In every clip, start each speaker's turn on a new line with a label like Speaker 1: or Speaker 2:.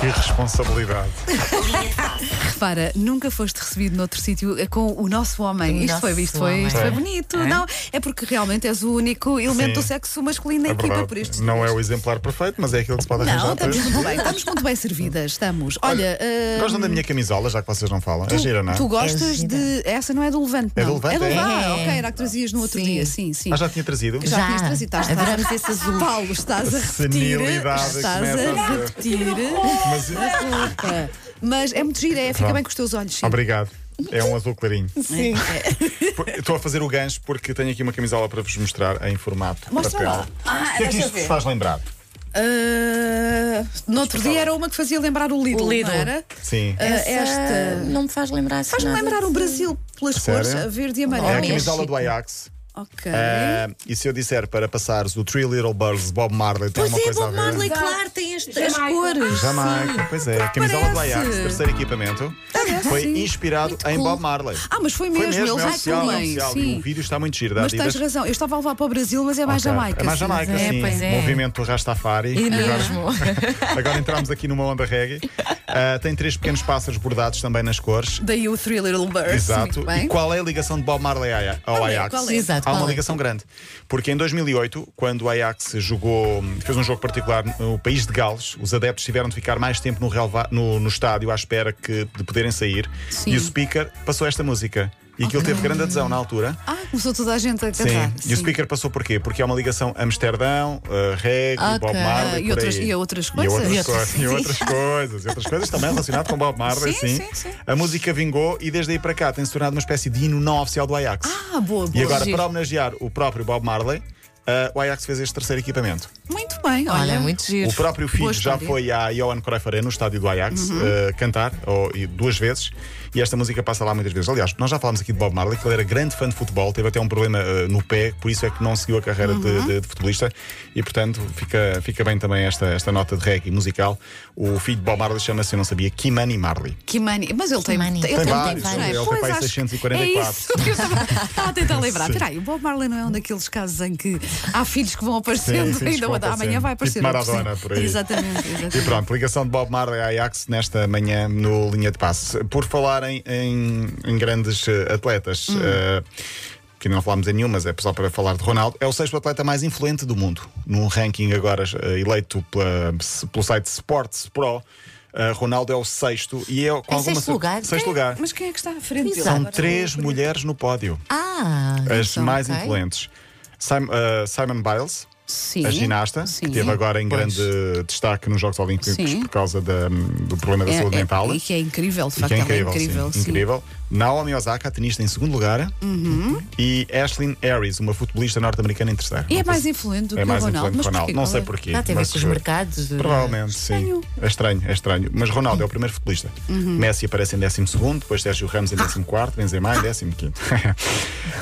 Speaker 1: Que responsabilidade.
Speaker 2: Repara, nunca foste recebido noutro sítio eh, com o nosso homem. Isto
Speaker 3: Nosso
Speaker 2: foi, isto foi, isto foi
Speaker 3: homem.
Speaker 2: bonito. Não, é porque realmente és o único elemento do
Speaker 1: Sim.
Speaker 2: sexo masculino na
Speaker 1: É
Speaker 2: equipa
Speaker 1: verdade.
Speaker 2: por estes
Speaker 1: Não é
Speaker 2: dias.
Speaker 1: o exemplar perfeito, mas é aquilo que se pode
Speaker 2: Não,
Speaker 1: arranjar. para
Speaker 2: estamos muito
Speaker 1: dizer.
Speaker 2: bem, estamos muito bem servidas, estamos. Olha, ah,
Speaker 1: Gostam da minha camisola, já que vocês não falam. é
Speaker 2: tu-
Speaker 1: gira, não é?
Speaker 2: tu
Speaker 3: É
Speaker 2: gostas
Speaker 3: gira.
Speaker 2: de. Essa não é do Levante, não.
Speaker 1: É do Levante,
Speaker 2: é do
Speaker 1: é?
Speaker 2: Levante,
Speaker 3: É.
Speaker 2: ok, era a que trazias no outro
Speaker 3: Sim.
Speaker 2: dia. Sim, sim.
Speaker 1: Ah, já tinha trazido?
Speaker 2: Já,
Speaker 3: Já.
Speaker 2: tinhas trazido, estás
Speaker 3: Adoramos
Speaker 2: estás-
Speaker 3: esse azul.
Speaker 2: Paulo, estás a repetir.
Speaker 1: Senilidade que
Speaker 2: Estás
Speaker 1: começa a
Speaker 2: a
Speaker 1: ser.
Speaker 2: repetir.
Speaker 1: Mas, eh,
Speaker 2: Desculpa. Mas é muito gira, é, fica
Speaker 1: Pronto.
Speaker 2: bem com os teus olhos. sim.
Speaker 1: obrigado. É um azul clarinho. Sim. Estou a fazer o gancho porque tenho aqui uma camisola para vos mostrar em formato
Speaker 2: Mostra
Speaker 1: papel.
Speaker 2: lá.
Speaker 1: o que é que isto vos faz lembrar?
Speaker 2: Ah, no outro dia era uma que fazia lembrar o Lidl,
Speaker 3: O Lidl.
Speaker 2: não era?
Speaker 1: Sim.
Speaker 2: Ah, esta.
Speaker 3: não me faz lembrar assim
Speaker 2: Faz-me
Speaker 3: nada.
Speaker 2: lembrar um- o Brasil pelas
Speaker 1: Sério?
Speaker 2: cores, a verde e
Speaker 1: é a
Speaker 2: amarelo.
Speaker 3: mesmo.
Speaker 1: camisola do Ajax.
Speaker 2: ok.
Speaker 1: Ah, e se eu disser para passares o Three Little Birds de Bob Marley, tem
Speaker 3: Pois
Speaker 1: alguma
Speaker 3: é,
Speaker 1: coisa
Speaker 3: Bob
Speaker 1: a ver?
Speaker 3: Marley, claro, tem este- as cores.
Speaker 1: Jamaica, pois é. Camisola do
Speaker 2: Tá, Parece. Tá, né?
Speaker 1: Ajax, terceiro equipamento.
Speaker 2: Parece.
Speaker 1: Foi inspirado em Bob Marley.
Speaker 2: Ah, mas foi
Speaker 1: Foi
Speaker 2: mesmo,
Speaker 1: mesmo,
Speaker 2: eles
Speaker 1: é
Speaker 2: já
Speaker 1: oficial, é
Speaker 2: também.
Speaker 1: oficial. E
Speaker 2: sim.
Speaker 1: o vídeo está muito giro. dá
Speaker 2: Mas tens
Speaker 1: dicas.
Speaker 2: razão, eu estava a levar para o Brasil, mas é mais
Speaker 1: Ok.
Speaker 2: Jamaica.
Speaker 1: É mais
Speaker 2: sim.
Speaker 1: Jamaica,
Speaker 3: é,
Speaker 1: sim.
Speaker 3: pois é.
Speaker 1: Movimento Rastafari.
Speaker 3: E
Speaker 1: agora,
Speaker 3: mesmo.
Speaker 1: agora entramos aqui numa onda reggae. Ah, tem três pequenos pássaros bordados também nas cores.
Speaker 2: Daí o Three Little Birds.
Speaker 1: Exato.
Speaker 2: muito bem.
Speaker 1: E qual é a ligação de Bob Marley aia- ao
Speaker 2: Qual é?
Speaker 1: Ajax?
Speaker 2: Qual é?
Speaker 3: Exato,
Speaker 1: Há
Speaker 3: qual
Speaker 1: uma
Speaker 3: é?
Speaker 1: ligação grande. Porque em 2008, quando o Ajax jogou, fez um jogo particular no país de Gales, os adeptos tiveram de ficar mais tempo no, relva- no- no estádio à espera que- de poderem sair.
Speaker 2: Sim.
Speaker 1: E o speaker passou esta música. E aquilo teve grande adesão na altura.
Speaker 2: Ah, começou toda a gente a
Speaker 1: Sim.
Speaker 2: cantar.
Speaker 1: E o speaker passou porquê? Porque há uma ligação Amsterdão, uh, reggae,
Speaker 3: Ok.
Speaker 1: Bob Marley.
Speaker 2: Ah, e
Speaker 1: por
Speaker 2: outras-
Speaker 1: aí.
Speaker 2: e outras
Speaker 1: E
Speaker 2: coisas.
Speaker 1: outras,
Speaker 2: E
Speaker 1: co-
Speaker 2: outras-
Speaker 1: e outras coisas. E outras coisas também relacionadas com Bob Marley,
Speaker 2: Sim,
Speaker 1: sim,
Speaker 2: sim, sim.
Speaker 1: A música vingou e desde aí para cá tem-se tornado uma espécie de hino não oficial do Ajax.
Speaker 2: Ah, boa, boa.
Speaker 1: e agora,
Speaker 2: Giro.
Speaker 1: para homenagear o próprio Bob Marley, ah, o Ajax fez este terceiro equipamento.
Speaker 2: Muito bem, olha.
Speaker 3: Olha, é muito giro.
Speaker 1: O próprio filho
Speaker 2: Boa
Speaker 1: já
Speaker 2: história. Uhum.
Speaker 1: foi à Johan Cruyff Arena, no estádio do Ajax, eh, cantar ou, e duas vezes. E esta música passa lá muitas vezes. Aliás, nós já falámos aqui de Bob Marley, que ele era grande fã de futebol, teve até um problema eh, no pé, por isso é que não seguiu a carreira
Speaker 2: Uhum.
Speaker 1: de, de- de futebolista. E, portanto, fica, fica bem também esta, esta nota de reggae musical. O filho de Bob Marley chama-se, eu não sabia, Kimani Marley.
Speaker 2: Kimani. Mas ele tem,
Speaker 3: Kimani.
Speaker 2: ele
Speaker 3: Tem
Speaker 2: tem
Speaker 1: vários,
Speaker 2: muitos, não é?
Speaker 1: ele tem
Speaker 2: Pois,
Speaker 1: para aí
Speaker 2: acho que
Speaker 1: 644.
Speaker 2: É isso que eu estava, estava a tentar lembrar. Peraí, o Bob Marley não é um daqueles casos em que há filhos que vão aparecendo,
Speaker 1: Sim, filhos que
Speaker 2: ainda
Speaker 1: vão
Speaker 2: outra- amanhã
Speaker 1: aparecendo.
Speaker 2: vai
Speaker 1: Tipo
Speaker 2: aparecer.
Speaker 1: Maradona,
Speaker 2: outro, sim.
Speaker 1: por aí.
Speaker 2: Exatamente, exatamente.
Speaker 1: E pronto, ligação de Bob Marley à Ajax nesta manhã no Linha de Passe. Por falar em, em- em grandes eh, atletas,
Speaker 3: Hum.
Speaker 1: eh, que não falámos em nenhum, mas é só para falar de Ronaldo, é o sexto atleta mais influente do mundo. Num ranking agora eh, eleito pela- pelo site Sports Pro, eh, Ronaldo é o sexto e é com alguma
Speaker 3: sexto
Speaker 1: sur-
Speaker 3: lugar? né?
Speaker 1: Sexto
Speaker 3: Quem-
Speaker 1: lugar.
Speaker 2: Mas quem é que está à frente dele?
Speaker 1: São
Speaker 2: agora?
Speaker 1: três mulheres no pódio,
Speaker 3: Ah,
Speaker 1: as
Speaker 3: então,
Speaker 1: mais
Speaker 3: ok.
Speaker 1: influentes. Sim- eh, Simon Biles,
Speaker 2: Sim.
Speaker 1: a ginasta,
Speaker 2: Sim.
Speaker 1: que teve agora em
Speaker 3: Pois.
Speaker 1: grande destaque nos Jogos Olímpicos
Speaker 2: Sim.
Speaker 1: por causa da- do problema da
Speaker 2: É-
Speaker 1: saúde
Speaker 2: é-
Speaker 1: mental.
Speaker 2: E que é incrível, de
Speaker 1: E
Speaker 2: facto,
Speaker 1: que é
Speaker 2: ela
Speaker 1: incrível,
Speaker 2: é
Speaker 1: sim,
Speaker 2: incrível. sim.
Speaker 1: incrível. Naomi Osaka, tenista em segundo lugar, e Ashlyn Harris, uma futebolista norte-americana em terceiro.
Speaker 2: Uhum. E é
Speaker 1: Não
Speaker 2: mais
Speaker 1: sei-
Speaker 2: influente do que
Speaker 1: é
Speaker 2: o
Speaker 1: mais
Speaker 2: Ronaldo.
Speaker 1: influente
Speaker 2: Mas
Speaker 1: que Ronaldo.
Speaker 2: porquê?
Speaker 1: Não
Speaker 2: Qual
Speaker 1: sei
Speaker 2: é?
Speaker 1: porquê.
Speaker 3: Já teve
Speaker 1: mas,
Speaker 3: com os mercados.
Speaker 1: Provavelmente, sim. É estranho, é estranho. Mas Ronaldo é o primeiro futebolista.
Speaker 2: Uhum.
Speaker 1: Messi aparece em 12, depois Sérgio Ramos em
Speaker 2: Ah.
Speaker 1: 14, Benzema em 15.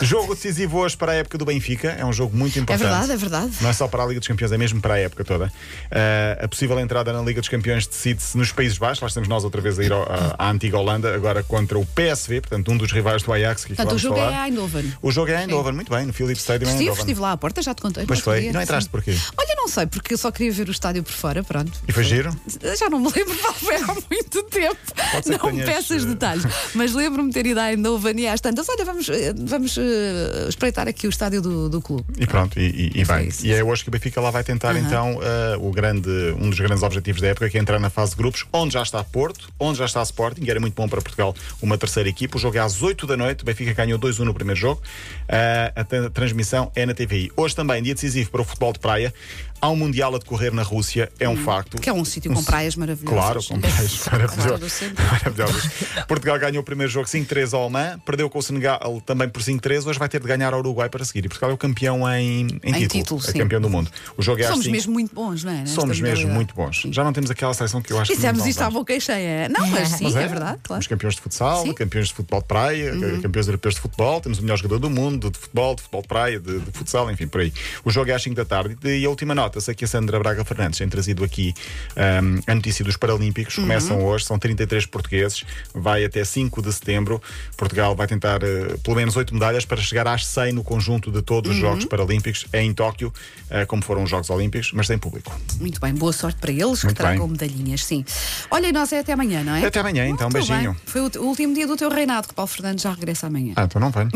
Speaker 1: jogo decisivo hoje para a época do Benfica. É um jogo muito
Speaker 2: É
Speaker 1: importante.
Speaker 2: verdade, é verdade.
Speaker 1: Não é só para a Liga dos Campeões, é mesmo para a época toda. Eh, a possível entrada na Liga dos Campeões decide-se nos Países Baixos. Lá estamos nós outra vez a ir ao- à, à antiga Holanda, agora contra o PSV, portanto, um dos rivais do Ajax que
Speaker 2: Portanto, o
Speaker 1: acabámos de
Speaker 2: jogo é
Speaker 1: falar.
Speaker 2: a Eindhoven.
Speaker 1: O jogo é em Eindhoven, muito bem, no Philips Stadium em
Speaker 2: Estive,
Speaker 1: Eindhoven.
Speaker 2: estive lá à porta, já te contei.
Speaker 1: Mas
Speaker 2: no outro
Speaker 1: foi,
Speaker 2: dia,
Speaker 1: e não entraste
Speaker 2: sim.
Speaker 1: porquê?
Speaker 2: Olha, não sei, porque eu só queria ver o estádio por fora, pronto.
Speaker 1: E foi giro?
Speaker 2: Já não me lembro, foi há muito tempo.
Speaker 1: Pode ser que
Speaker 2: Não me
Speaker 1: tenhas,
Speaker 2: peças
Speaker 1: eh,
Speaker 2: detalhes. Mas lembro-me de ter ido à Eindhoven e às tantas. Olha, vamos, eh, vamos eh, espreitar aqui o estádio do, do clube.
Speaker 1: E pronto, e, e, e
Speaker 2: Foi
Speaker 1: bem.
Speaker 2: isso.
Speaker 1: E é hoje que o Benfica lá vai tentar então eh, o grande, um dos grandes objetivos da época, que é entrar na fase de grupos, onde já está Porto, onde já está Sporting, e era muito bom para Portugal uma terceira equipa. O jogo é às 8 da noite, o Benfica ganhou 2-1 no primeiro jogo. Eh, a tra- transmissão é na TVI. Hoje também, dia decisivo para o futebol de praia. Há um Mundial a decorrer na Rússia, é um facto.
Speaker 2: Que é um sítio com praias maravilhosas.
Speaker 1: Claro, com pais
Speaker 2: Claro, do
Speaker 1: maravilhosos.
Speaker 2: centro.
Speaker 1: Maravilhosos. Portugal ganhou o primeiro jogo 5-3 ao Oman, perdeu com o Senegal também por 5-3, hoje vai ter de ganhar ao Uruguai para seguir. E Portugal é o campeão em, em, título,
Speaker 2: título,
Speaker 1: é
Speaker 2: sim.
Speaker 1: campeão do mundo. O jogo é às
Speaker 2: Somos
Speaker 1: cinco.
Speaker 2: mesmo muito bons, não é? nesta
Speaker 1: Somos mesmo
Speaker 2: modalidade?
Speaker 1: muito bons. Já não temos aquela seleção que eu acho que.
Speaker 2: Dissemos
Speaker 1: não
Speaker 2: isto à
Speaker 1: vamos.
Speaker 2: boca cheia. Não, mas sim,
Speaker 1: Mas
Speaker 2: é, verdade, claro.
Speaker 1: Temos campeões de futsal,
Speaker 2: Sim. Uhum.
Speaker 1: campeões de futebol de praia, campeões europeus de futebol, temos o melhor jogador do mundo de futebol, de futebol de praia, de, de futsal, enfim, por aí. O jogo é às 5 da tarde e a última nota. nota-se aqui a Sandra Braga Fernandes tem trazido aqui ahm, a notícia dos
Speaker 2: Uhum.
Speaker 1: Paralímpicos. Começam hoje, são 33 portugueses, vai até 5 de setembro. Portugal vai tentar eh, pelo menos 8 medalhas para chegar às 100 no conjunto de todos
Speaker 2: Uhum.
Speaker 1: os Jogos Paralímpicos em Tóquio, eh, como foram os Jogos Olímpicos, mas sem público.
Speaker 2: Muito bem, boa sorte para eles que
Speaker 1: Muito
Speaker 2: tragam
Speaker 1: bem.
Speaker 2: medalhinhas, sim. Olha, e nós é até amanhã, não é?
Speaker 1: Até amanhã, então,
Speaker 2: Muito
Speaker 1: beijinho.
Speaker 2: bem. Foi o t- o último dia do teu reinado que Paulo Fernandes já regressa amanhã.
Speaker 1: Ah, então não venho.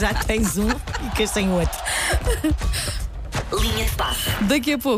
Speaker 3: Já tens um e quem tem outro.
Speaker 4: Linha de passe.
Speaker 2: Daqui a pouco.